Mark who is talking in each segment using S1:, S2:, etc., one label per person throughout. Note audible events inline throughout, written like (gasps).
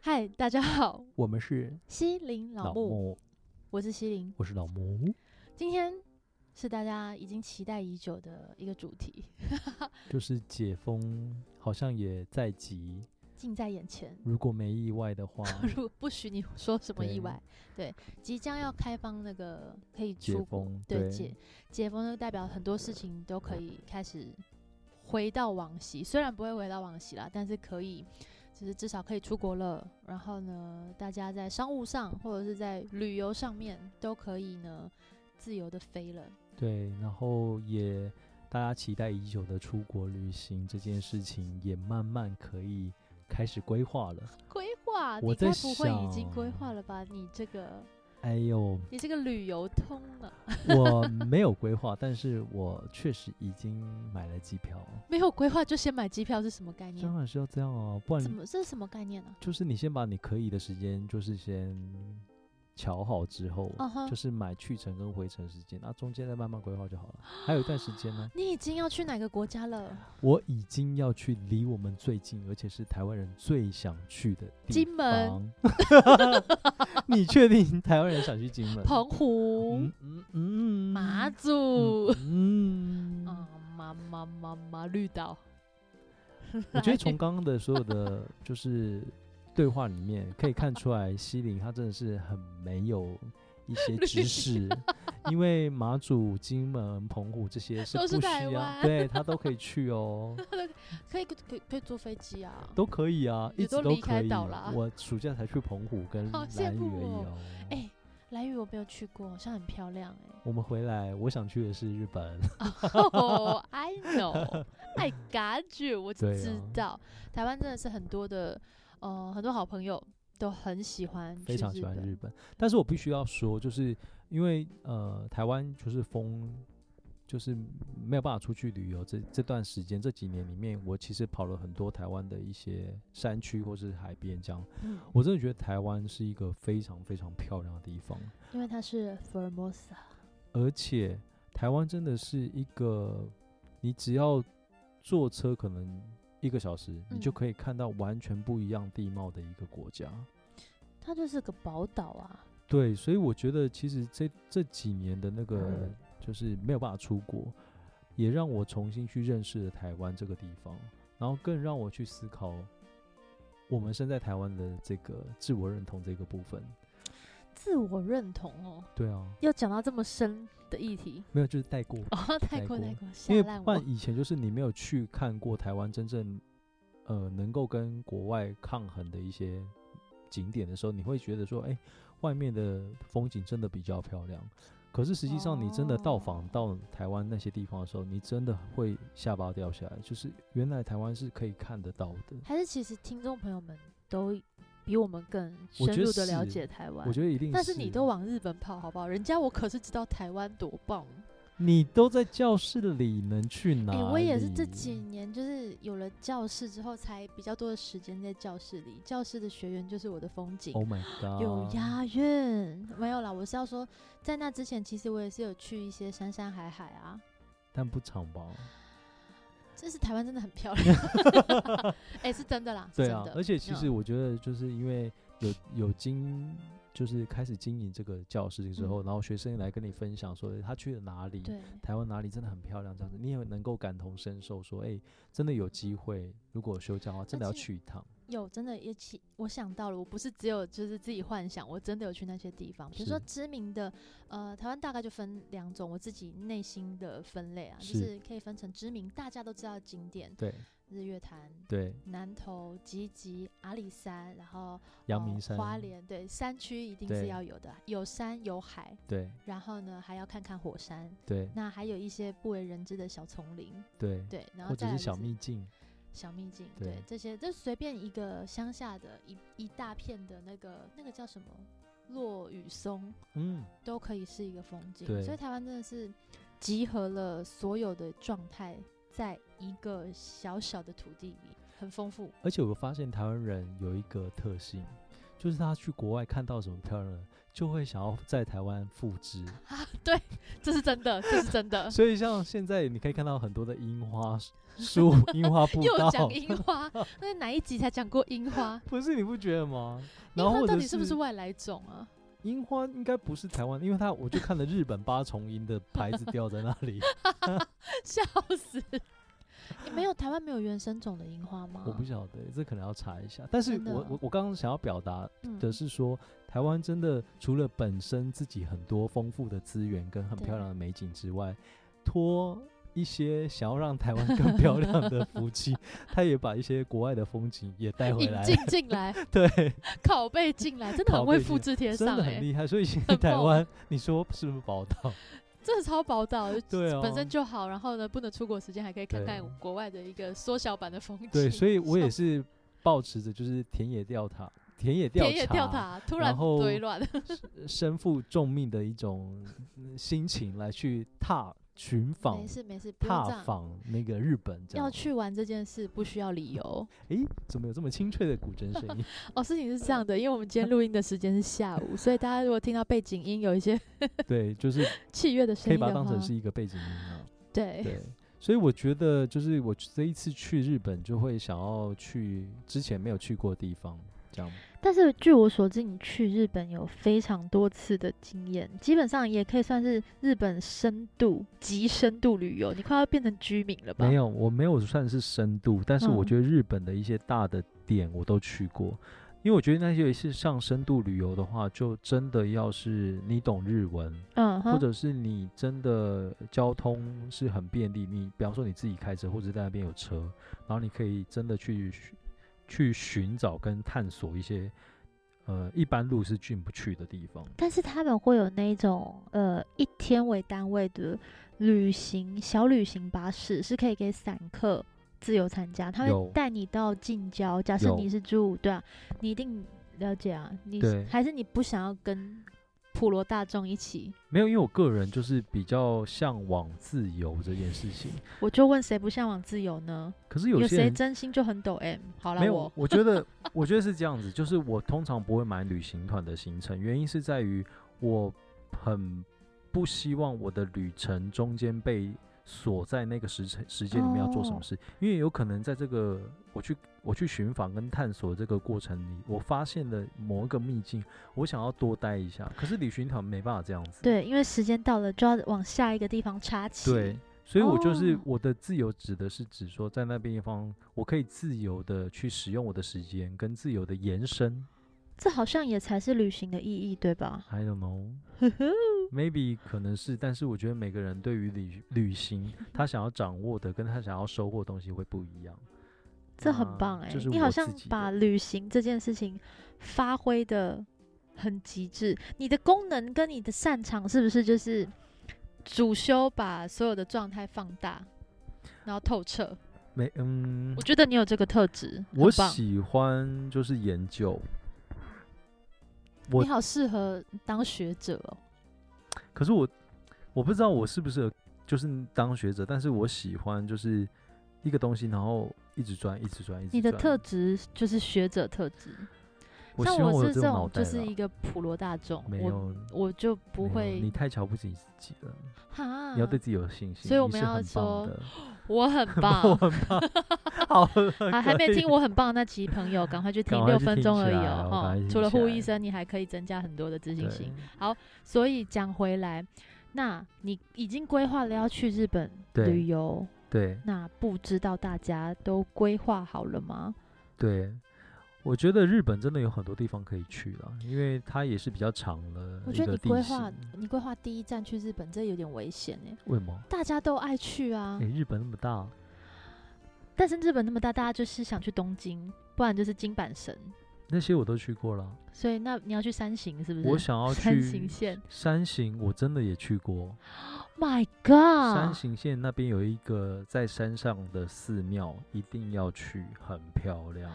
S1: 嗨，大家好， (laughs)
S2: 我们是
S1: 西林老木，
S2: 木，
S1: 我是西林。
S2: 我是老木，
S1: 今天是大家已经期待已久的一个主题，
S2: 就是解封好像也在即，
S1: 近在眼前。 (laughs)
S2: 如果没意外的话，
S1: 如果不许你说什么
S2: 对
S1: 意外，对，即将要开放那个可以
S2: 解
S1: 出国
S2: 封
S1: 对
S2: 对
S1: 解解封，就代表很多事情都可以开始回到往昔，虽然不会回到往昔啦，但是可以，就是至少可以出国了。然后呢，大家在商务上或者是在旅游上面都可以呢自由的飞了。
S2: 对，然后也大家期待已久的出国旅行这件事情也慢慢可以开始规划了。
S1: (laughs) 规划，
S2: 我
S1: 你该
S2: 在
S1: 不会已经规
S2: 想
S1: 划了吧？你这个，
S2: 哎呦，
S1: 你这个旅游通了，
S2: (laughs) 我没有规划，但是我确实已经买了机票。
S1: (laughs) 没有规划就先买机票是什么概念
S2: 当？然是要这样啊，不
S1: 怎
S2: 然
S1: 么这是什么概念呢、
S2: 就是你先把你可以的时间，就是先瞧好之后
S1: 嗯哼
S2: 就是买去程跟回程时间，那、中间再慢慢规划就好了。还有一段时
S1: (gasps)
S2: 间呢，
S1: 你已经要去哪个国家了？
S2: 我已经要去离我们最近，而且是台湾人最想去的地
S1: 金门、
S2: 方。
S1: (laughs)
S2: 你确定台湾人想去金门？
S1: 澎湖、
S2: 嗯嗯嗯，
S1: 马
S2: 祖，
S1: 祖、
S2: 嗯，
S1: 啊，妈妈妈妈绿岛。
S2: 我觉得从刚刚的所有的就是对话里面可以看出来，西林他真的是很没有一些知识，因为马祖、金门、澎湖这些是
S1: 都
S2: 不
S1: 是
S2: 需
S1: 台
S2: 要，
S1: 湾
S2: 对他都可以去哦，
S1: (laughs) 可以可以可以坐飞机啊。
S2: 都可以
S1: (laughs)
S2: 啊，
S1: 也
S2: 一直
S1: 都
S2: 都
S1: 离开
S2: 可以
S1: 岛啦。
S2: 我暑假才去澎湖跟
S1: 好羡
S2: 兰屿
S1: 慕
S2: 而已
S1: 哦
S2: 哦。
S1: 哎、蓝屿我没有去过，好像很漂亮欸
S2: 我们回来，我想去的是日本，
S1: 哎、哦 (laughs) I know，I got you，我
S2: 对啊
S1: 知道。台湾真的是很多的，呃，很多好朋友都很喜欢去
S2: 非常喜欢
S1: 本
S2: 日本。但是我必须要说，就是因为呃，台湾就是封，就是没有办法出去旅游这这段时间这几年里面，我其实跑了很多台湾的一些山区或是海边，这样
S1: 嗯，
S2: 我真的觉得台湾是一个非常非常漂亮的地方，
S1: 因为它是 Formosa，
S2: 而且台湾真的是一个，你只要坐车可能。一个小时，你
S1: 嗯
S2: 就可以看到完全不一样地貌的一个国家。
S1: 它就是个宝岛啊。
S2: 对，所以我觉得其实这这几年的那个就是没有办法出国，也让我重新去认识了台湾这个地方，然后更让我去思考我们身在台湾的这个自我认同这个部分。
S1: 自我认同哦，
S2: 对啊，
S1: 要讲到这么深的议题
S2: 没有就是带过，
S1: 哦，太
S2: 带
S1: 过
S2: 过
S1: 太过，吓
S2: 因为
S1: 烂
S2: 不
S1: 我
S2: 然。以前就是你没有去看过台湾真正呃能够跟国外抗衡的一些景点的时候，你会觉得说，哎、外面的风景真的比较漂亮。可是实际上，你真的到访
S1: 哦
S2: 到台湾那些地方的时候，你真的会下巴掉下来，就是原来台湾是可以看得到的。
S1: 还是其实听众朋友们都比我们更
S2: 我
S1: 深
S2: 觉得
S1: 入的了
S2: 是
S1: 解台湾
S2: 我，觉得一定
S1: 但是你都往日本跑好不好？人家我可是知道台湾多棒。
S2: 你都在教室里，能去哪
S1: 哎、
S2: 里？
S1: 我也是这几年就是有了教室之后，才比较多的时间在教室里。教室的学员就是我的风景。
S2: Oh my god！
S1: 有
S2: 啊
S1: 押韵，没有啦。我是要说，在那之前，其实我也是有去一些山山海海啊。
S2: 但不长吧？
S1: 这是台湾真的很漂
S2: (laughs)
S1: 亮， (laughs) 哎、是真的啦，是
S2: 对
S1: 真
S2: 啊
S1: 的，。
S2: 而且其实
S1: 嗯
S2: 我觉得，就是因为有有经，就是开始经营这个教室之
S1: 嗯
S2: 后，然后学生来跟你分享说他去了哪里，
S1: 对，
S2: 台湾哪里真的很漂亮，这样子你也能够感同身受说，哎、真的有机会，如果有休假的话，真的要
S1: 而且
S2: 去一趟。
S1: 有真的一起，我想到了，我不是只有就是自己幻想，我真的有去那些地方，比如说
S2: 是
S1: 知名的，呃，台湾大概就分两种，我自己内心的分类啊，就是是可以分成知名大家都知道的景点，
S2: 对
S1: 日月潭、
S2: 对，
S1: 南投、集集、阿里山，然后
S2: 阳
S1: 呃
S2: 明山，
S1: 花莲，对，山区一定是
S2: 对
S1: 要有的，啊有山有海，
S2: 对
S1: 然后呢还要看看火山，
S2: 对
S1: 那还有一些不为人知的小丛林，
S2: 对，
S1: 对，然后
S2: 或者
S1: 再来
S2: 是
S1: 就
S2: 小秘境，
S1: 小秘境，对
S2: 对
S1: 这些，就随便一个乡下的一一大片的那个那个叫什么落雨松，
S2: 嗯，
S1: 都可以是一个风景。
S2: 对
S1: 所以台湾真的是集合了所有的状态，在一个小小的土地里，很丰富。
S2: 而且我发现台湾人有一个特性，就是他去国外看到什么漂亮的，就会想要在台湾复制。
S1: 这是真的，这是真 (laughs) 的。
S2: 所以像现在你可以看到很多的樱花 (laughs)
S1: (laughs)
S2: 树、樱花步
S1: 又
S2: 道
S1: 讲，樱花，那哪一集才讲过樱花？
S2: 不是你不觉得吗？
S1: 樱
S2: 然后
S1: 花
S2: 或
S1: 到
S2: 者
S1: 底是不是外来种啊？ (laughs)
S2: 樱花应该不是台湾，因为它我就看了日本八重樱的牌子吊在那
S1: (laughs)
S2: 里，
S1: 笑
S2: (laughs)
S1: 死！你没有台湾没有原生种的樱花吗？
S2: 我不晓得，这可能要查一下。但是
S1: 真的
S2: 我我我刚刚想要表达
S1: 嗯
S2: 的是说，台湾真的除了本身自己很多丰富的资源跟很
S1: 对
S2: 漂亮的美景之外，托一些想要让台湾更 (laughs) 漂亮的福气，他也把一些国外的风景也带
S1: (laughs)
S2: 回
S1: 引
S2: 来， (laughs)
S1: 进进来，
S2: 对，
S1: 拷贝进来，真的很
S2: 拷
S1: 会
S2: 贝进
S1: 复
S2: 来
S1: 制贴
S2: 真
S1: 上
S2: 的
S1: 哎、
S2: 很厉害。所以现在
S1: 很
S2: (laughs) 台
S1: 猛
S2: 湾，你说是不是宝岛？ (laughs)
S1: 真的超宝岛，
S2: 对啊，
S1: 本身就好，然后呢，不能出国时间还可以看看
S2: 对
S1: 国外的一个缩小版的风景。
S2: 对，所以我也
S1: 像
S2: 是抱持着就是田野调查、田野调
S1: 田野吊塔突然
S2: 后
S1: 堆乱， (laughs)
S2: 身负重命的一种嗯心情来去踏寻访
S1: 没、事没事，不用这
S2: 踏
S1: 样。
S2: 访那个日本这样。
S1: 要去玩这件事不需要理由
S2: (laughs) 诶，怎么有这么清脆的古筝
S1: (laughs)
S2: 声音？
S1: 哦。事情是这样的，因为我们今天录音的时间是下午，所以大家如果听到背景音有一些 (laughs)
S2: 对，就是
S1: 器乐的声
S2: 可以
S1: 音
S2: 把
S1: 的
S2: 它当
S1: 话
S2: 成，是一个背景音啊。
S1: (laughs) 对，
S2: 对，所以我觉得就是我这一次去日本，就会想要去之前没有去过的地方，这样。
S3: 但是据我所知，你去日本有非常多次的经验，基本上也可以算是日本深度极深度旅游，你快要变成居民了吧？
S2: 没有，我没有算是深度，但是我
S3: 嗯
S2: 觉得日本的一些大的点我都去过，因为我觉得那些是上深度旅游的话，就真的要是你懂日文，
S3: 嗯哼，
S2: 或者是你真的交通是很便利，你比方说你自己开车，或者在那边有车，然后你可以真的去寻去寻找跟探索一些呃一般路是进不去的地方。
S3: 但是他们会有那种呃一天为单位的旅行小旅行巴士，是可以给散客自由参加，他
S2: 有
S3: 会带你到近郊。假设
S2: 有
S3: 你是住对啊，你一定了解啊，你
S2: 对
S3: 还是你不想要跟普罗大众一起？
S2: 没有，因为我个人就是比较向往自由这件事情，
S3: 我就问谁不向往自由呢？
S2: 可是
S3: 有
S2: 些
S3: 谁
S2: 人
S3: 真心就很抖 M？好啦，
S2: 没有
S3: 我，
S2: 我觉得， (laughs) 我觉得是这样子，就是我通常不会买旅行团的行程，原因是在于我很不希望我的旅程中间被锁在那个时辰时间里面要做什么
S3: 哦
S2: 事，因为有可能在这个我去我去寻访跟探索这个过程里，我发现了某一个秘境，我想要多待一下，可是旅行团没办法这样子，
S3: 对，因为时间到了就要往下一个地方插旗。
S2: 对，所以我就是、
S3: 哦
S2: 我的自由指的是指说在那边地方，我可以自由的去使用我的时间跟自由的延伸。
S3: 这好像也才是旅行的意义，对吧？
S2: I don't know。
S1: (laughs)
S2: Maybe 可能是，但是我觉得每个人对于旅旅行，他想要掌握的跟他想要收获的东西会不一样。
S3: 这很
S2: 那
S3: 棒
S1: 欸
S3: 哎、
S2: 啊就是
S3: 你
S2: 我
S3: 好
S2: 自
S3: 像
S2: 己的
S3: 把旅行这件事情发挥的很极致。你的功能跟你的擅长是不是就是主修把所有的状态放大，然后透彻？
S2: 没嗯
S3: 我，觉得你有这个特质，
S2: 我
S3: 很棒。
S2: 喜欢就是研究，我
S1: 你好适合当学者哦。
S2: 可是我我不知道我适不适合就是当学者，但是我喜欢就是一个东西，然后一直钻，一直钻，一直钻。
S3: 你的特，质就是学者特质，
S2: 我
S1: 像
S2: 希望
S1: 我
S2: 我有
S1: 是
S2: 这
S1: 这种
S2: 脑袋
S1: 就
S2: 啦。
S1: 是一个普罗大众，
S2: 没
S1: 我
S2: 有
S1: 我就
S2: 没
S1: 不
S2: 有
S1: 会
S2: 你太瞧不起自己了，
S1: 哈
S2: 你要对自己有信心。
S1: 所以我
S2: 你
S1: 们
S2: 是
S1: 要
S2: 很
S1: 说
S2: 棒的
S1: 我
S2: (laughs)
S1: 很
S2: 我
S1: 棒。
S2: 很棒，好了，
S3: (laughs) 还还没
S2: 可以
S3: 听我很棒的那集，朋友赶快去
S2: 赶
S3: 听，
S2: 快
S3: 六
S2: 去
S3: 分
S2: 听
S3: 钟
S2: 起
S3: 而已
S2: 来
S3: 哦
S2: 哦。赶
S3: 哈
S2: 快去
S3: 除
S2: 听
S3: 了
S2: 起
S3: 护
S2: 来
S3: 医生，你还可以增加很多的自信心
S2: 对。
S1: 所
S3: 所以讲回来，那你已经规划了要去日本
S2: 对
S3: 旅游，
S2: 对
S3: 那不知道大家都规划好了吗？
S2: 对，我觉得日本真的有很多地方可以去啦，因为它也是比较长的
S1: 我
S2: 呃一
S1: 觉得
S2: 个
S1: 你
S2: 地
S1: 规
S2: 形
S1: 划你规划第一站去日本，这有点危险哎。
S2: 为什么？
S1: 大家都爱去啊
S2: 诶，，日本那么大，
S3: 但是日本那么大，大家就是想去东京，不然就是金板神。
S2: 那些我都去过了。
S3: 所以那你要去山形是不是？
S2: 我想要
S3: 山
S2: 去
S3: 形县
S2: 山形，我真的也去过。
S3: ，My
S2: 山
S3: God！
S2: 形县那边有一个在山上的寺庙，一定要去，很漂亮。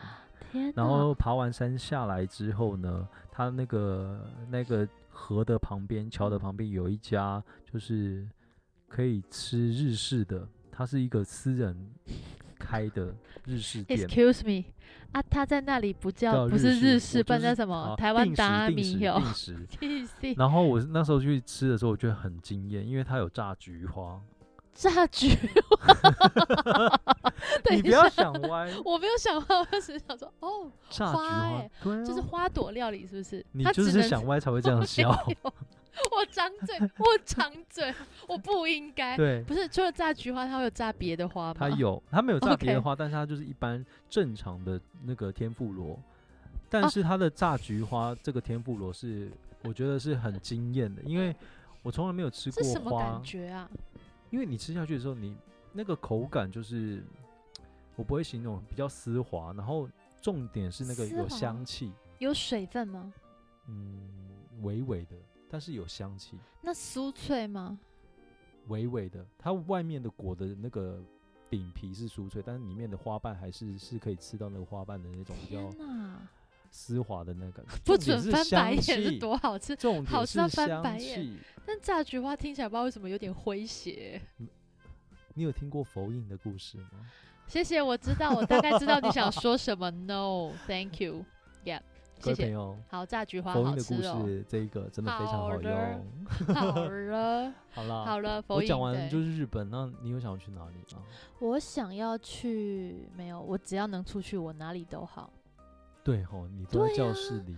S3: 天哪！
S2: 然后爬完山下来之后呢，它那个那个河的旁边、桥
S3: 嗯
S2: 的旁边有一家，就是可以吃日式的，它是一个私人。开的
S3: (laughs)
S2: 日式店，
S3: Excuse me，啊，他在那里不
S2: 叫
S3: 叫不是日
S2: 日式，
S3: 式，
S2: 我
S3: 不
S2: 就
S3: 然叫
S2: 是
S3: 什么
S2: 啊？
S3: 台湾
S2: 定
S3: 达
S2: 时
S3: 阿
S2: 定
S3: 米
S2: 时
S3: 哟，
S2: 定时
S3: 气死 (laughs)
S2: 然后我那时候去吃的时候，我觉得很惊艳，因为它有炸菊花。。
S3: 炸菊花 (laughs) 等
S2: 你
S3: 一
S2: 不要
S3: 下，
S2: 想
S3: (laughs)
S2: 歪，
S3: 我没有想到，我只是想说，哦，
S2: 炸菊
S3: 花
S2: 花
S3: 欸，
S2: 对啊，
S3: 就是花朵料理是不是？
S2: 你
S3: 它
S2: 就
S3: 只
S2: 是
S3: 能
S2: 想歪才会
S3: (laughs)
S2: 这样笑。
S3: 我张嘴，我张嘴，我不应该。
S2: 对，
S3: 不是，除了炸菊花，它会有炸别的花吗？
S2: 它有，它没有炸别的
S3: OK
S2: 花，但是它就是一般正常的那个天妇
S3: 啊
S2: 罗。但是它的炸菊花这个天妇罗是，我觉得是很惊艳的，因为我从来没有吃
S3: 是什
S2: 过
S3: 么
S2: 花
S3: 感，觉啊？
S2: 因为你吃下去的时候，你那个口感就是我不会形容，比较丝滑，然后重点是那个
S3: 丝
S2: 有
S3: 滑
S2: 香气，
S3: 有水分吗？
S2: 嗯，微微的，但是有香气，
S3: 那酥脆吗？
S2: 微微的，它外面的果的那个饼皮是酥脆，但是里面的花瓣还是是可以吃到那个花瓣的那种比较
S3: 天哪！
S2: 丝滑的那个。
S3: (laughs) 不
S2: 重点
S3: 准
S2: 是
S3: 翻白
S2: 香
S3: 眼
S2: 气
S3: 是，多好吃，
S2: 重
S3: 好
S2: 点
S3: 吃到
S2: 是
S3: 翻白
S2: 香
S3: 眼
S2: 气。
S3: 但炸菊花听起来不知道为什么有点诙谐。
S2: 你有听过佛印的故事吗？
S3: 谢谢，我知道，我大概知道你想说什么。No，thank you，yeah，谢
S2: 各位朋
S3: 谢。
S2: 友，
S3: 好，炸菊花
S2: 佛
S3: 好
S2: 印的
S3: 吃
S2: 故
S3: 哦。
S2: 事这一个真的非常
S3: 好
S2: 好
S3: 的
S2: 用。
S3: 好
S2: (laughs)
S3: 了，
S2: 好啦，
S3: 好了，
S2: 我
S3: 佛
S2: 讲
S3: 印
S2: 完
S3: 对啊
S2: 就是日本，那你有想要去哪里吗？
S1: 我想要去，没有，我只要能出去，我哪里都好。
S2: 对吼，你都在
S1: 对
S2: 教
S1: 啊
S2: 室里。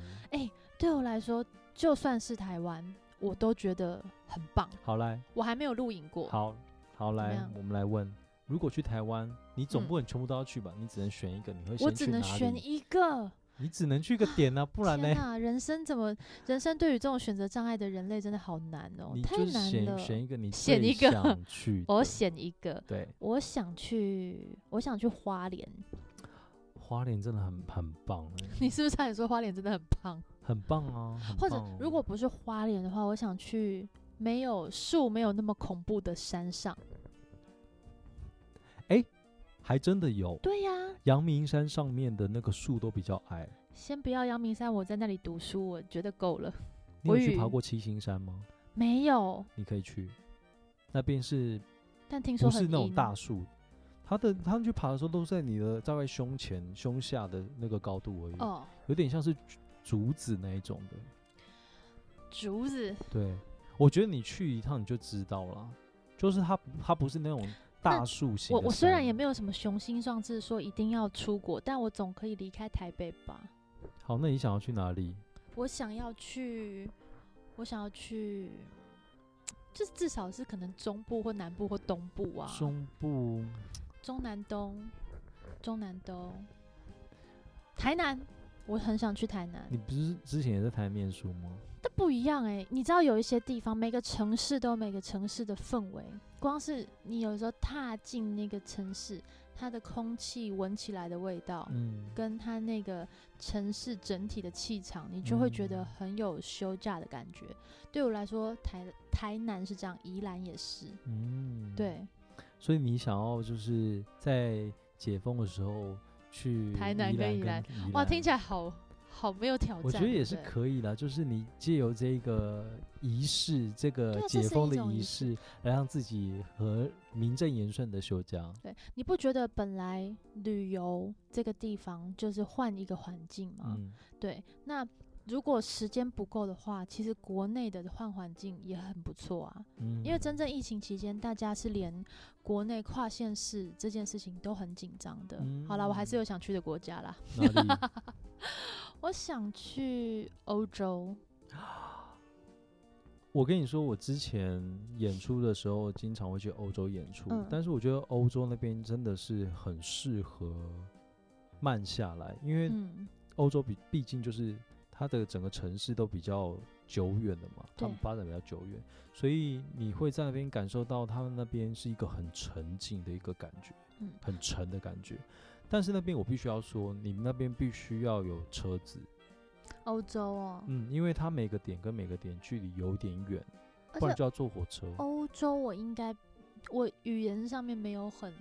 S1: 对我来说，就算是台湾，我都觉得很棒。
S2: 好来，
S1: 我还没有录影过，
S2: 好，好
S1: 么
S2: 来
S1: 样，
S2: 我们来问，如果去台湾，你总
S1: 嗯
S2: 不能全部都要去吧？你只能选一个，你会
S1: 我
S2: 先
S1: 只
S2: 去
S1: 能
S2: 哪
S1: 选
S2: 里？
S1: 一个。
S2: 你只能去一个点啊，不然
S1: 天
S2: 呢？
S1: 哪，人生怎么？人生对于这种选择障碍的人类真的好难哦、
S2: 你
S1: 太
S2: 就是
S1: 难
S2: 选
S1: 了。
S2: 选一个你
S1: 选
S2: 最
S1: 一个
S2: 想去的，
S1: 我选一个，
S2: 对，
S1: 我想去，我想去花莲。 (laughs)
S2: 花莲真的很很棒欸，
S3: 你是不是差点说花莲真的很胖？
S2: 很棒啊，很
S1: 或者
S2: 棒
S1: 如
S2: 哦
S1: 果不是花莲的话，我想去没有树、没有那么恐怖的山上。
S2: 还真的有，
S1: 对呀、
S2: 阳明山上面的那个树都比较矮。
S1: 先不要阳明山，我在那里读书，我觉得够了。
S2: 你有
S1: 我
S2: 去
S1: 与
S2: 爬过七星山吗？
S1: 没有，
S2: 你可以去，那边是
S1: 但听说
S2: 不
S1: 很
S2: 是那种
S1: 硬哦
S2: 大树？它的他们去爬的时候都是在你的在外胸前、胸下的那个高度而已。
S1: 哦，
S2: 有点像是竹竹子那一种的。
S1: 竹子。
S2: 对，我觉得你去一趟你就知道了，就是它它不是那种大
S1: 那
S2: 树型
S1: 我
S2: 的
S1: 我虽然
S2: 山
S1: 也没有什么雄心壮志说一定要出国，但我总可以离开台北吧。
S2: 好，那你想要去哪里？
S1: 我想要去，我想要去，就是至少是可能中部或南部或东部啊，
S2: 中部
S1: 中南东，中南东，台南，我很想去台南
S2: 你，不是之前也在台南念书吗？
S1: 但不一样哎、你知道有一些地方，每个城市都有每个城市的氛围，光是你有时候踏进那个城市，它的空气闻起来的味道。
S2: 嗯，
S1: 跟它那个城市整体的气场，你就会觉得
S2: 嗯
S1: 很有休假的感觉。对我来说，台台南是这样，宜兰也是。
S2: 嗯，。
S1: 对，
S2: 所以你想要就是在解封的时候去
S3: 台南
S2: 宜
S3: 跟
S2: 兰
S3: 宜兰
S2: 宜
S3: 哇，听起
S2: 来
S3: 来好好没有
S1: 哦
S3: 挑战。
S2: 我觉得也是
S3: 对
S2: 可以的，就是你借由这个仪式，这个
S1: 对啊这
S2: 解
S1: 是
S2: 封
S1: 一
S2: 的
S1: 种
S2: 仪
S1: 仪式
S2: 式，来让自己和名正言顺的休假。啊
S1: 对，你不觉得本来旅游这个地方就是换一个环境吗？
S2: 嗯，
S1: 对，那如果时间不够的话，其实国内的换环境也很不错啊。因为
S2: 嗯
S1: 真正疫情期间，大家是连国内跨县市这件事情都很紧张的。
S2: 嗯
S1: 好啦，我还是有想去的国家啦。 (laughs)
S2: 哪里？
S1: 我想去欧洲，
S2: 我跟你说，我之前演出的时候，经常会去欧洲演出，
S1: 嗯
S2: 但是我觉得欧洲那边真的是很适合慢下来，因为
S1: 嗯，
S2: 欧洲比毕竟就是它的整个城市都比较久远的嘛，他们
S1: 对
S2: 发展比较久远，所以你会在那边感受到他们那边是一个很沉静的一个感觉，
S1: 嗯
S2: 很沉的感觉。但是那边我必须要说，你们那边必须要有车子，
S1: 欧洲哦，
S2: 嗯，因为它每个点跟每个点距离有点远，
S1: 而
S2: 不
S1: 且哦
S2: 然就要坐火车。
S1: 欧洲我应该我语言上面没有很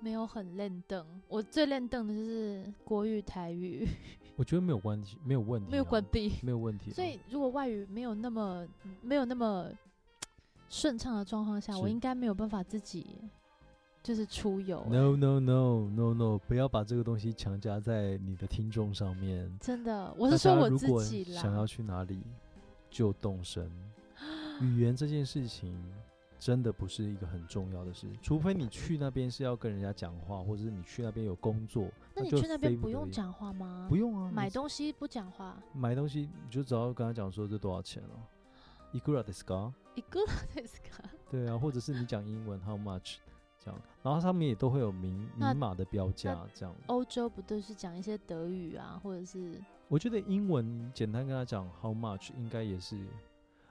S1: 没有很练凳，我最练凳的就是国语、台语，
S2: 我觉得没有关系，没有问题、啊，
S1: 没有关闭。
S2: 没有问题啊、
S1: 所以如果外语没有那么没有那么顺畅的状况下，我
S2: 是
S1: 应该没有办法自己就是出游欸、
S2: No no no no no，不要把这个东西强加在你的听众上面。
S1: 真的，我是
S2: 大
S1: 说
S2: 家
S1: 我
S2: 如
S1: 自
S2: 果
S1: 己啦。
S2: 想要去哪里，就
S1: (gasps)
S2: 动身。语言这件事情真的不是一个很重要的事，除非你去那边是要跟人家讲话，或者是你去那边有工作。
S1: 那你
S2: 就
S1: 去那边
S2: 非
S1: 不
S2: 得
S1: 用
S2: 已，
S1: 讲话吗？
S2: 不用啊，
S1: 买
S2: 你
S1: 东西不讲话，
S2: 买东西你就只要跟他讲说这多少钱了、いくらですか？
S1: 一个ですか？
S2: 啊对啊，或者是你讲英文 how much 这样，然后上面也都会有明
S1: 那哦
S2: 明码的标价这样。
S1: 欧洲不都是讲一些德语啊，或者是
S2: 我觉得英文简单跟他讲 how much 应该也是，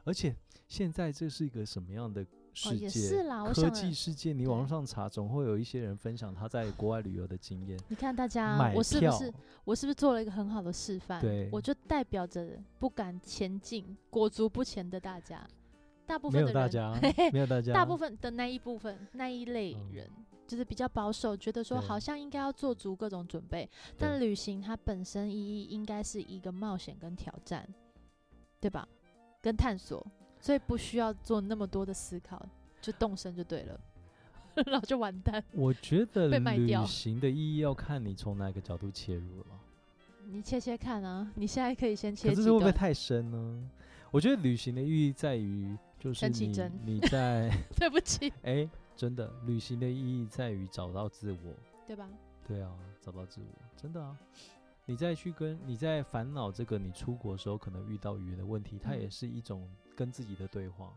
S2: 而且现在这是一个什么样的世
S1: 哦也
S2: 界？
S1: 是啦我
S2: 科
S1: 想
S2: 技
S1: 了
S2: 世界，你
S1: 对
S2: 网上查总会有一些人分享他在国外旅游的经验，
S1: 你看大家
S2: 买，
S1: 啊我是不
S2: 票。
S1: 是我是不是做了一个很好的示范？
S2: 对
S1: 我就代表着不敢前进、裹足不前的大家，大部
S2: 没
S1: 分
S2: 有
S1: 的
S2: 大
S1: 人，
S2: 家
S1: 嘿 (laughs) 嘿，
S2: 没有大家，
S1: 大部分的那一部分那一类
S2: 嗯
S1: 人，就是比较保守，觉得说
S2: 对
S1: 好像应该要做足各种准备，但旅行它本身意义应该是一个冒险跟挑战，对吧？跟探索，所以不需要做那么多的思考，就动身就对了， (laughs) 然后就完蛋。
S2: 我觉得
S1: 被卖
S2: 旅
S1: 掉
S2: 行的意义要看你从哪个角度切入了。
S1: (laughs) 你切切看啊，你现在可以先切
S2: 可
S1: 几
S2: 是会不会
S1: 段，
S2: 太深呢？我觉得旅行的意义在于，就是
S1: 陈绮
S2: 你
S1: 贞
S2: 你在 (laughs)
S1: 对不起， (laughs)
S2: 哎、真的旅行的意义在于找到自我。
S1: 对吧？
S2: 对啊，找到自我，真的啊。你再去跟你在烦恼这个你出国的时候可能遇到语言的问题，它也
S1: 嗯
S2: 是一种跟自己的对话。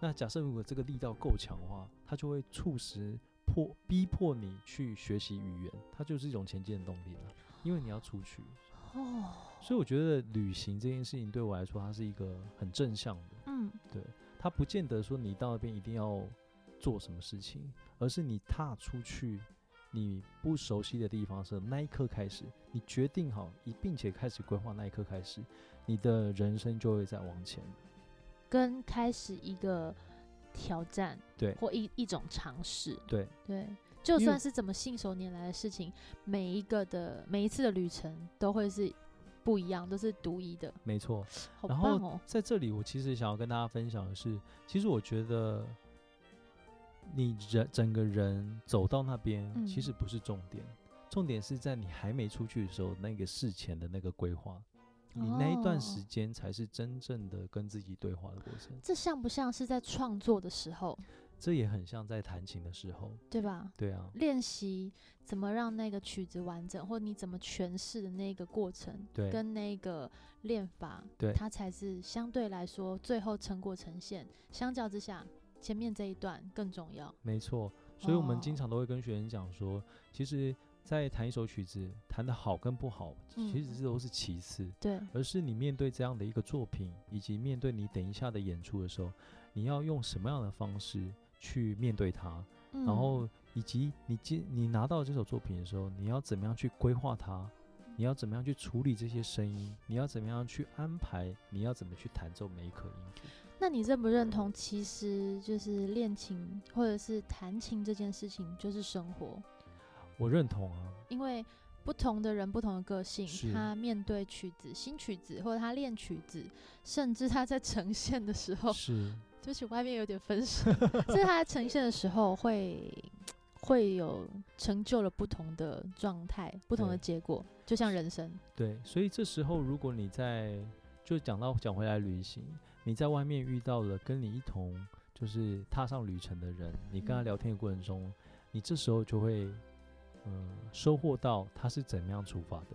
S2: 那假设如果这个力道够强的话，它就会促使迫逼迫你去学习语言，它就是一种前进的动力了，因为你要出去。
S1: 哦，
S2: 所以我觉得旅行这件事情对我来说，它是一个很正向的。
S1: 嗯，
S2: 它不见得说你到那边一定要做什么事情，而是你踏出去你不熟悉的地方的时候，那一刻开始，你决定好，你并且开始规划，那一刻开始，你的人生就会在往前。
S1: 跟开始一个挑战，
S2: 对
S1: 或一一种尝试，
S2: 对，
S1: 对，就
S2: 因为
S1: 算是怎么信手拈来的事情，每一个的每一次的旅程都会是不一样，都是独一的，
S2: 没错。
S1: 好
S2: 然
S1: 棒
S2: 后
S1: 哦！
S2: 在这里，我其实想要跟大家分享的是，其实我觉得你人整个人走到那边，
S1: 嗯
S2: 其实不是重点，重点是在你还没出去的时候，那个事前的那个规划，你那一段时
S1: 哦
S2: 间才是真正的跟自己对话的过程。
S1: 这像不像是在创作的时候，
S2: 这也很像在弹琴的时候，
S1: 对吧？
S2: 对啊，
S1: 练习怎么让那个曲子完整，或你怎么诠释的那个过程，
S2: 对
S1: 跟那个练法，
S2: 对
S1: 它才是相对来说最后成果呈现。相较之下，前面这一段更重要。
S2: 没错。所以我们经
S1: 哦
S2: 常都会跟学员讲说，其实，在弹一首曲子，弹的好跟不好，其实
S1: 嗯
S2: 这都是其次。
S1: 对，
S2: 而是你面对这样的一个作品，以及面对你等一下的演出的时候，你要用什么样的方式去面对它，
S1: 嗯
S2: 然后以及你接你拿到这首作品的时候，你要怎么样去规划它，你要怎么样去处理这些声音，你要怎么样去安排，你要怎么去弹奏每一颗音符。
S1: 那你认不认同，其实就是练琴或者是弹琴这件事情就是生活，
S2: 我认同啊，
S1: 因为不同的人、不同的个性
S2: 是，
S1: 他面对曲子、新曲子，或者他练曲子，甚至他在呈现的时候，
S2: 是
S1: 就是外面有点分 (laughs) 神，所以他在呈现的时候会会有成就了不同的状态、不同的
S2: 对
S1: 结果，就像人生，
S2: 对，所以这时候如果你在就讲到讲回来旅行，你在外面遇到了跟你一同就是踏上旅程的人，你跟他
S1: 嗯
S2: 聊天的过程中，你这时候就会嗯收获到他是怎么样出发的，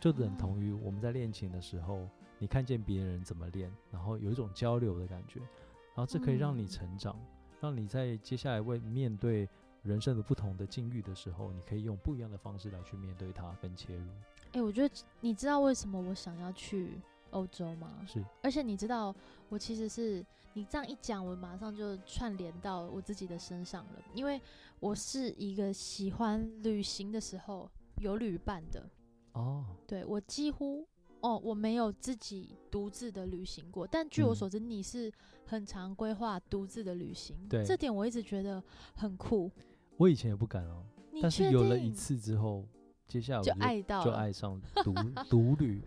S2: 就等同于我们在练琴的时候，你看见别人怎么练，然后有一种交流的感觉，然后这可以让你
S1: 嗯
S2: 成长，让你在接下来为面对。人生的不同的境遇的时候，你可以用不一样的方式来去面对它跟切入。
S1: 哎、我觉得你知道为什么我想要去欧洲吗？
S2: 是，
S1: 而且你知道，我其实是你这样一讲，我马上就串联到我自己的身上了，因为我是一个喜欢旅行的时候有旅伴的，
S2: 哦，
S1: 对我几乎哦，我没有自己独自的旅行过，但据
S2: 嗯
S1: 我所知，你是很常规划独自的旅行，
S2: 对
S1: 这点我一直觉得很酷。
S2: 我以前也不敢哦，
S1: 你
S2: 但
S1: 确
S2: 是有了一
S1: 定
S2: 次之后，接下来我
S1: 就
S2: 就
S1: 爱到
S2: 就
S1: 了
S2: 爱上独 (laughs) 独旅。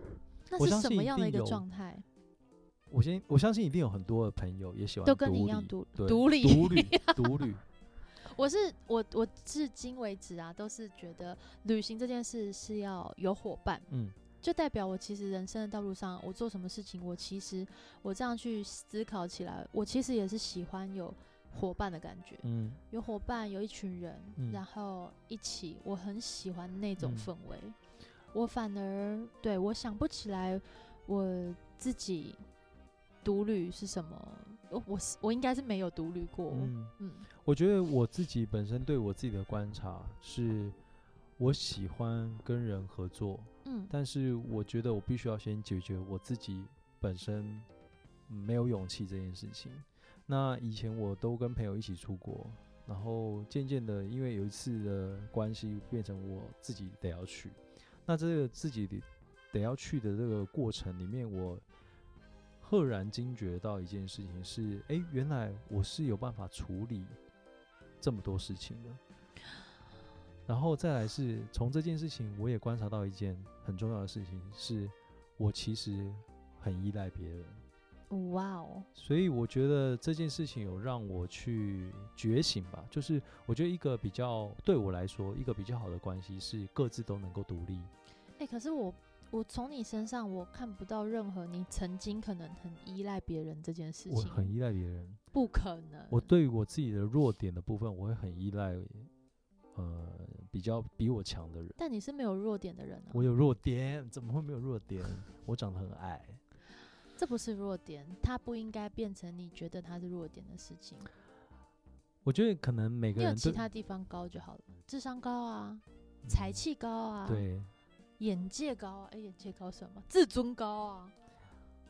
S1: 那
S2: 我
S1: 是
S2: 相
S1: 什
S2: 信
S1: 么
S2: 一
S1: 样的
S2: 定
S1: 一个
S2: 有
S1: 状态？
S2: 我先我相信一定有很多的朋友也喜欢
S1: 都跟
S2: 独
S1: 你一样 (laughs)
S2: 旅
S1: 独
S2: 对
S1: 独立
S2: 独旅独旅。
S1: 我是我我至今为止啊，都是觉得旅行这件事是要有伙伴，
S2: 嗯，
S1: 就代表我其实人生的道路上，我做什么事情，我其实我这样去思考起来，我其实也是喜欢有伙伴的感觉，
S2: 嗯
S1: 有伙伴，有一群人，
S2: 嗯
S1: 然后一起，我很喜欢那种
S2: 嗯
S1: 氛围。我反而对我想不起来我自己独旅是什么，我我是我应该是没有独旅过，嗯
S2: 嗯，我觉得我自己本身对我自己的观察是，我喜欢跟人合作，
S1: 嗯
S2: 但是我觉得我必须要先解决我自己本身没有勇气这件事情。那以前我都跟朋友一起出国，然后渐渐的，因为有一次的关系，变成我自己得要去。那这个自己得得要去的这个过程里面，我赫然惊觉到一件事情是：诶，原来我是有办法处理这么多事情的。然后再来是从这件事情，我也观察到一件很重要的事情，是我其实很依赖别人，
S1: 哇哦，
S2: 所以我觉得这件事情有让我去觉醒吧。就是我觉得一个比较对我来说，一个比较好的关系是各自都能够独立。
S1: 哎、可是我我从你身上我看不到任何你曾经可能很依赖别人这件事
S2: 我
S1: 情，
S2: 很依赖别人，
S1: 不可能，
S2: 我对于我自己的弱点的部分，我会很依赖，呃，比较比我强的人。
S1: 但你是没有弱点的人啊，
S2: 我有弱点，怎么会没有弱点？我长得很矮。
S1: 这不是弱点，它不应该变成你觉得它是弱点的事情。
S2: 我觉得可能每个
S1: 你有
S2: 人
S1: 其
S2: 对
S1: 他地方高就好了，智商高啊，才
S2: 嗯
S1: 气高啊，，
S2: 对，
S1: 眼界高啊，哎，眼界高什么？自尊高啊。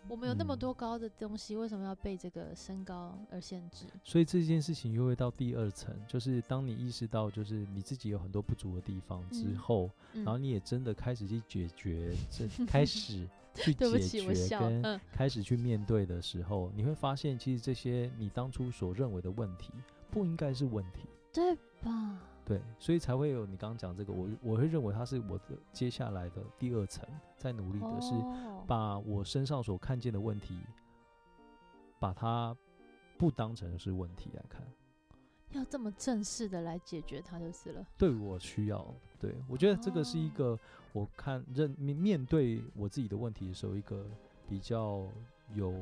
S1: 我们有那么
S2: 嗯
S1: 多高的东西，为什么要被这个身高而限制？
S2: 所以这件事情又会到第二层，就是当你意识到就是你自己有很多不足的地方之
S1: 嗯
S2: 后，
S1: 嗯
S2: 然后你也真的开始去解决，
S1: (laughs)
S2: 这开始去
S1: 对不
S2: 解
S1: 起，我
S2: 决
S1: 笑， (laughs)
S2: 跟
S1: 嗯，
S2: 开始去面对的时候，你会发现其实这些你当初所认为的问题不应该是问题。
S1: 对吧？
S2: 对，所以才会有你刚刚讲这个，我我会认为它是我的接下来的第二层，在努力的是
S1: 哦，
S2: 把我身上所看见的问题，把它不当成是问题来看。
S1: 要这么正式的来解决它就是了。
S2: 对我需要，对我觉得这个是一
S1: 哦
S2: 个我看认面面对我自己的问题的时候，一个比较有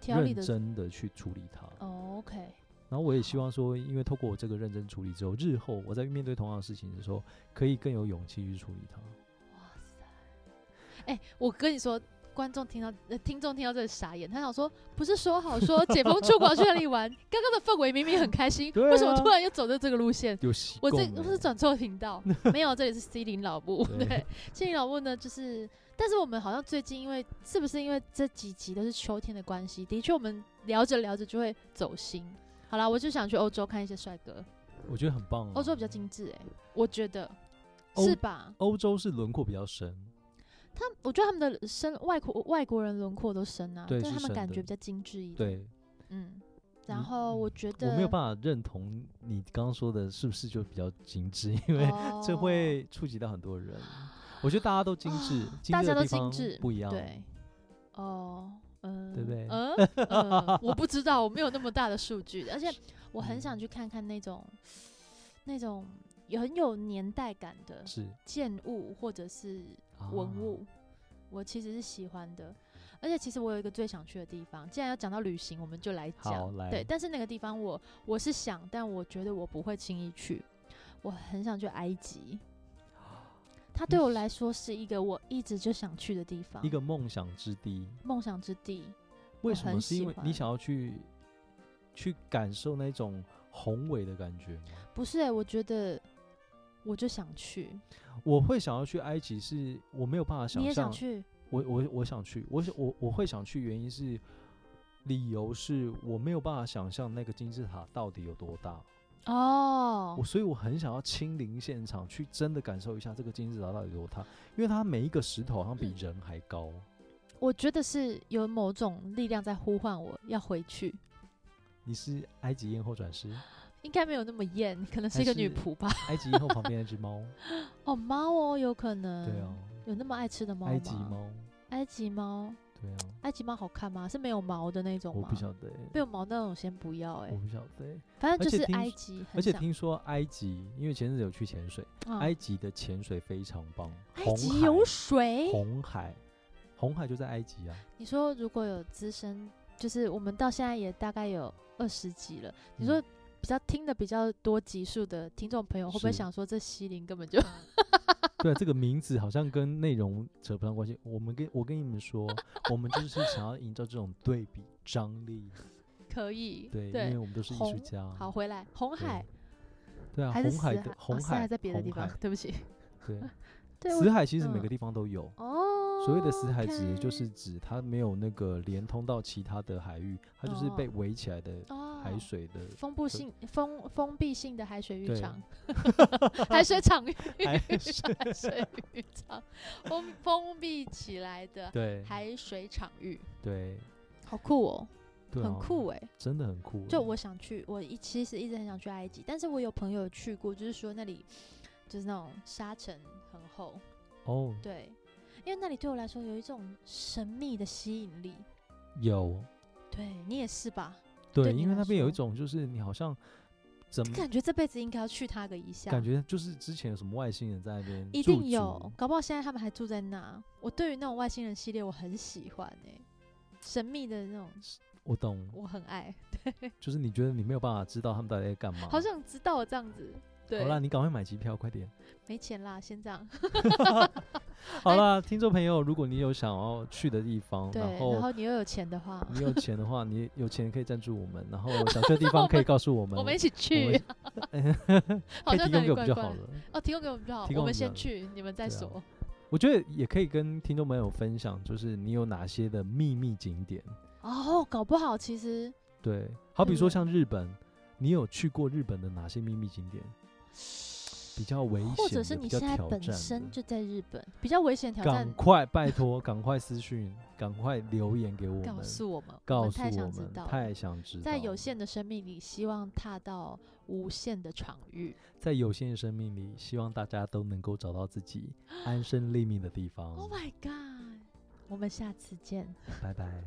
S1: 条理
S2: 认
S1: 的
S2: 真的去处理它。
S1: 哦，OK，
S2: 然后我也希望说，因为透过我这个认真处理之后，日后我在面对同样的事情的时候，可以更有勇气去处理它。
S1: 哇塞！哎、我跟你说，观众听到、呃、听众听到这里傻眼，他想说，不是说好说解封出国去哪里玩？刚刚的氛围明明很开心，
S2: (laughs) 对啊
S1: 为什么突然又走到这个路线？
S2: 有习
S1: 我
S2: 惯
S1: 这
S2: 欸，
S1: 我是转错频
S2: (laughs)
S1: 道，没有，这里是 C 零老布。
S2: 对
S1: 对，C 零老布呢，就是，但是我们好像最近因为是不是因为这几集都是秋天的关系，的确我们聊着聊着就会走心。好啦，我就想去欧洲看一些帅哥，
S2: 我觉得很棒、啊。
S1: 欧洲比较精致哎、我觉得
S2: 欧
S1: 是吧？
S2: 欧洲是轮廓比较深，
S1: 他们我觉得他们的深外国外国人轮廓都深啊，
S2: 对
S1: 但
S2: 是
S1: 他们
S2: 深
S1: 感
S2: 的
S1: 觉比较精致一点。，
S2: 对
S1: 嗯。
S2: 嗯
S1: 然后我觉得
S2: 我没有办法认同你刚刚说的，是不是就比较精致？因为
S1: 哦
S2: 这会触及到很多人。我觉得大家都精致，
S1: 啊
S2: 精
S1: 大
S2: 致
S1: 家都
S2: 的地
S1: 精
S2: 方
S1: 致
S2: 不一样。
S1: 对，哦，嗯，
S2: 对不对 (laughs)
S1: 嗯、嗯我不知道，我没有那么大的数据，而且我很
S2: 嗯
S1: 想去看看那种那种有很有年代感的
S2: 是
S1: 建物或者是
S2: 啊
S1: 文物，我其实是喜欢的。而且其实我有一个最想去的地方，既然要讲到旅行，我们就来
S2: 好
S1: 讲。
S2: 来
S1: 对，但是那个地方我我是想，但我觉得我不会轻易去。我很想去埃及，它对我来说是一个我一直就想去的地方，
S2: 一个梦想之地。
S1: 梦想之地。
S2: 为
S1: 我
S2: 什么？
S1: 很
S2: 是因
S1: 喜
S2: 为你
S1: 欢
S2: 想要去去感受那种宏伟的感觉吗？
S1: (laughs) 不是、欸，我觉得我就想去。
S2: 我会想要去埃及是，我没有办法
S1: 你
S2: 想
S1: 也想
S2: 象。
S1: 去？
S2: 我我我想去，我想我我会想去，原因是理由是我没有办法想象那个金字塔到底有多大，
S1: 哦
S2: 我，所以我很想要亲临现场去真的感受一下这个金字塔到底有多大，因为它每一个石头好像比人还高。
S1: 我觉得是有某种力量在呼唤我要回去。
S2: 你是埃及艳后转世，
S1: 应该没有那么艳，可能是一个
S2: 还是
S1: 女仆吧。
S2: 埃及艳后旁边那只猫，
S1: (laughs) 哦，猫哦，有可能。
S2: 对啊，
S1: 有那么爱吃的猫吗？
S2: 埃及，猫，
S1: 埃及猫，
S2: 对啊，
S1: 埃及猫好看吗？是没有毛的那种
S2: 我
S1: 吗
S2: 不？晓得欸，
S1: 没有毛那种先不要哎、
S2: 我不晓得欸。
S1: 反
S2: 而
S1: 正就
S2: 且
S1: 是
S2: 听
S1: 埃
S2: 说
S1: 及很
S2: 而且
S1: 想
S2: 听说埃及，因为前阵子有去潜水，
S1: 嗯
S2: 埃及的潜水非常棒，
S1: 埃
S2: 红
S1: 及
S2: 海
S1: 有水，
S2: 红海，红海就在埃及啊。
S1: 你说如果有资深，就是我们到现在也大概有二十集了，你说
S2: 嗯
S1: 比较听的比较多集数的听众朋友，会不会
S2: 是
S1: 想说这西林根本就
S2: 对啊，这个名字好像跟内容扯不上关系。我们跟我跟你们说，我们就是想要营造这种对比张力，
S1: (laughs) 可以？
S2: 对，因为
S1: 对，
S2: 我们都是艺术
S1: 红
S2: 家。
S1: 好，回来红
S2: 对
S1: 海
S2: 对啊，
S1: 还是
S2: 红
S1: 死
S2: 海
S1: 海
S2: 的
S1: 哦
S2: 红
S1: 死
S2: 海
S1: 在别的
S2: 红
S1: 地方
S2: 海，
S1: 对不起。
S2: 对，
S1: 对，
S2: 死
S1: 我
S2: 海其实每
S1: 嗯
S2: 个地方都有。
S1: 哦，
S2: 所谓的死海指
S1: OK
S2: 就是指它没有那个连通到其他的海域，它就是被
S1: 哦
S2: 围起来的海
S1: 哦
S2: 水的
S1: 封不性封封闭性的海水浴
S2: 对
S1: 场，
S2: (laughs)
S1: 海水场浴，
S2: 海水。 (laughs)
S1: 海水浴场，封封闭起来的
S2: 对，
S1: 海水场浴，
S2: 对，
S1: 好酷哦，
S2: 对
S1: 很
S2: 啊
S1: 酷，哎、
S2: 真的很酷欸。
S1: 就我想去，我一其实一直很想去埃及，但是我有朋友去过，就是说那里就是那种沙尘很厚，
S2: 哦，
S1: 对，因为那里对我来说有一种神秘的吸引力。
S2: 有
S1: 对你也是吧？
S2: 对，
S1: 对你
S2: 因为
S1: 来
S2: 那边有一
S1: 说
S2: 种就是你好像怎么
S1: 感觉这辈子应该要去它个一下，
S2: 嗯感觉就是之前有什么外星人在那边
S1: 一
S2: 驻
S1: 定有
S2: 足，
S1: 搞不好现在他们还住在那。我对于那种外星人系列我很喜欢哎、神秘的那种
S2: 我懂，
S1: 我很爱，
S2: 就是你觉得你没有办法知道他们到底在干嘛。
S1: 好想知道这样子。对
S2: 好，啦，你赶快买机票，
S1: (laughs)
S2: 快点。
S1: 没钱啦，先这
S2: (laughs)
S1: 样。
S2: 好啦，听众朋友，如果你有想要去的地方，
S1: 哎对，
S2: 然后
S1: 然后你又有钱的话，
S2: 你有钱的话，你有钱可以赞助我们，然后想去
S1: (laughs)
S2: 的地方可以告诉我们，
S1: 我们一起去，
S2: 可
S1: (laughs) 好
S2: 以
S1: 像
S2: 提
S1: 哪
S2: 供
S1: 里
S2: 给我们
S1: 怪
S2: 就
S1: 怪
S2: 好
S1: 的
S2: 了。
S1: 哦，提供给我们就好
S2: 提，
S1: 我
S2: 供我们
S1: 们
S2: 就
S1: 先
S2: 好
S1: 去，你们再
S2: 对啊
S1: 说。
S2: 我觉得也可以跟听众朋友分享，就是你有哪些的秘密景点。
S1: 哦，搞不好其实
S2: 对，好比说
S1: 对
S2: 像日本，你有去过日本的哪些秘密景点？比较危险的，
S1: 或者是
S2: 比
S1: 你
S2: 较
S1: 现在
S2: 挑
S1: 本
S2: 战
S1: 身
S2: 的
S1: 就在日本，比较危险挑
S2: 赶
S1: 战，
S2: 快拜托，赶快私讯，赶快留言给我们，
S1: 告诉我们，
S2: 告
S1: 们
S2: 诉
S1: 太想知
S2: 们，
S1: 道了，
S2: 太想知道，
S1: 在有限的生命里，希望踏到无限的场域。
S2: 在有限的生命里，希望大家都能够找到自己
S1: (gasps)
S2: 安身立命的地方。
S1: 哦 Oh my god！我们下次见。
S2: 拜拜。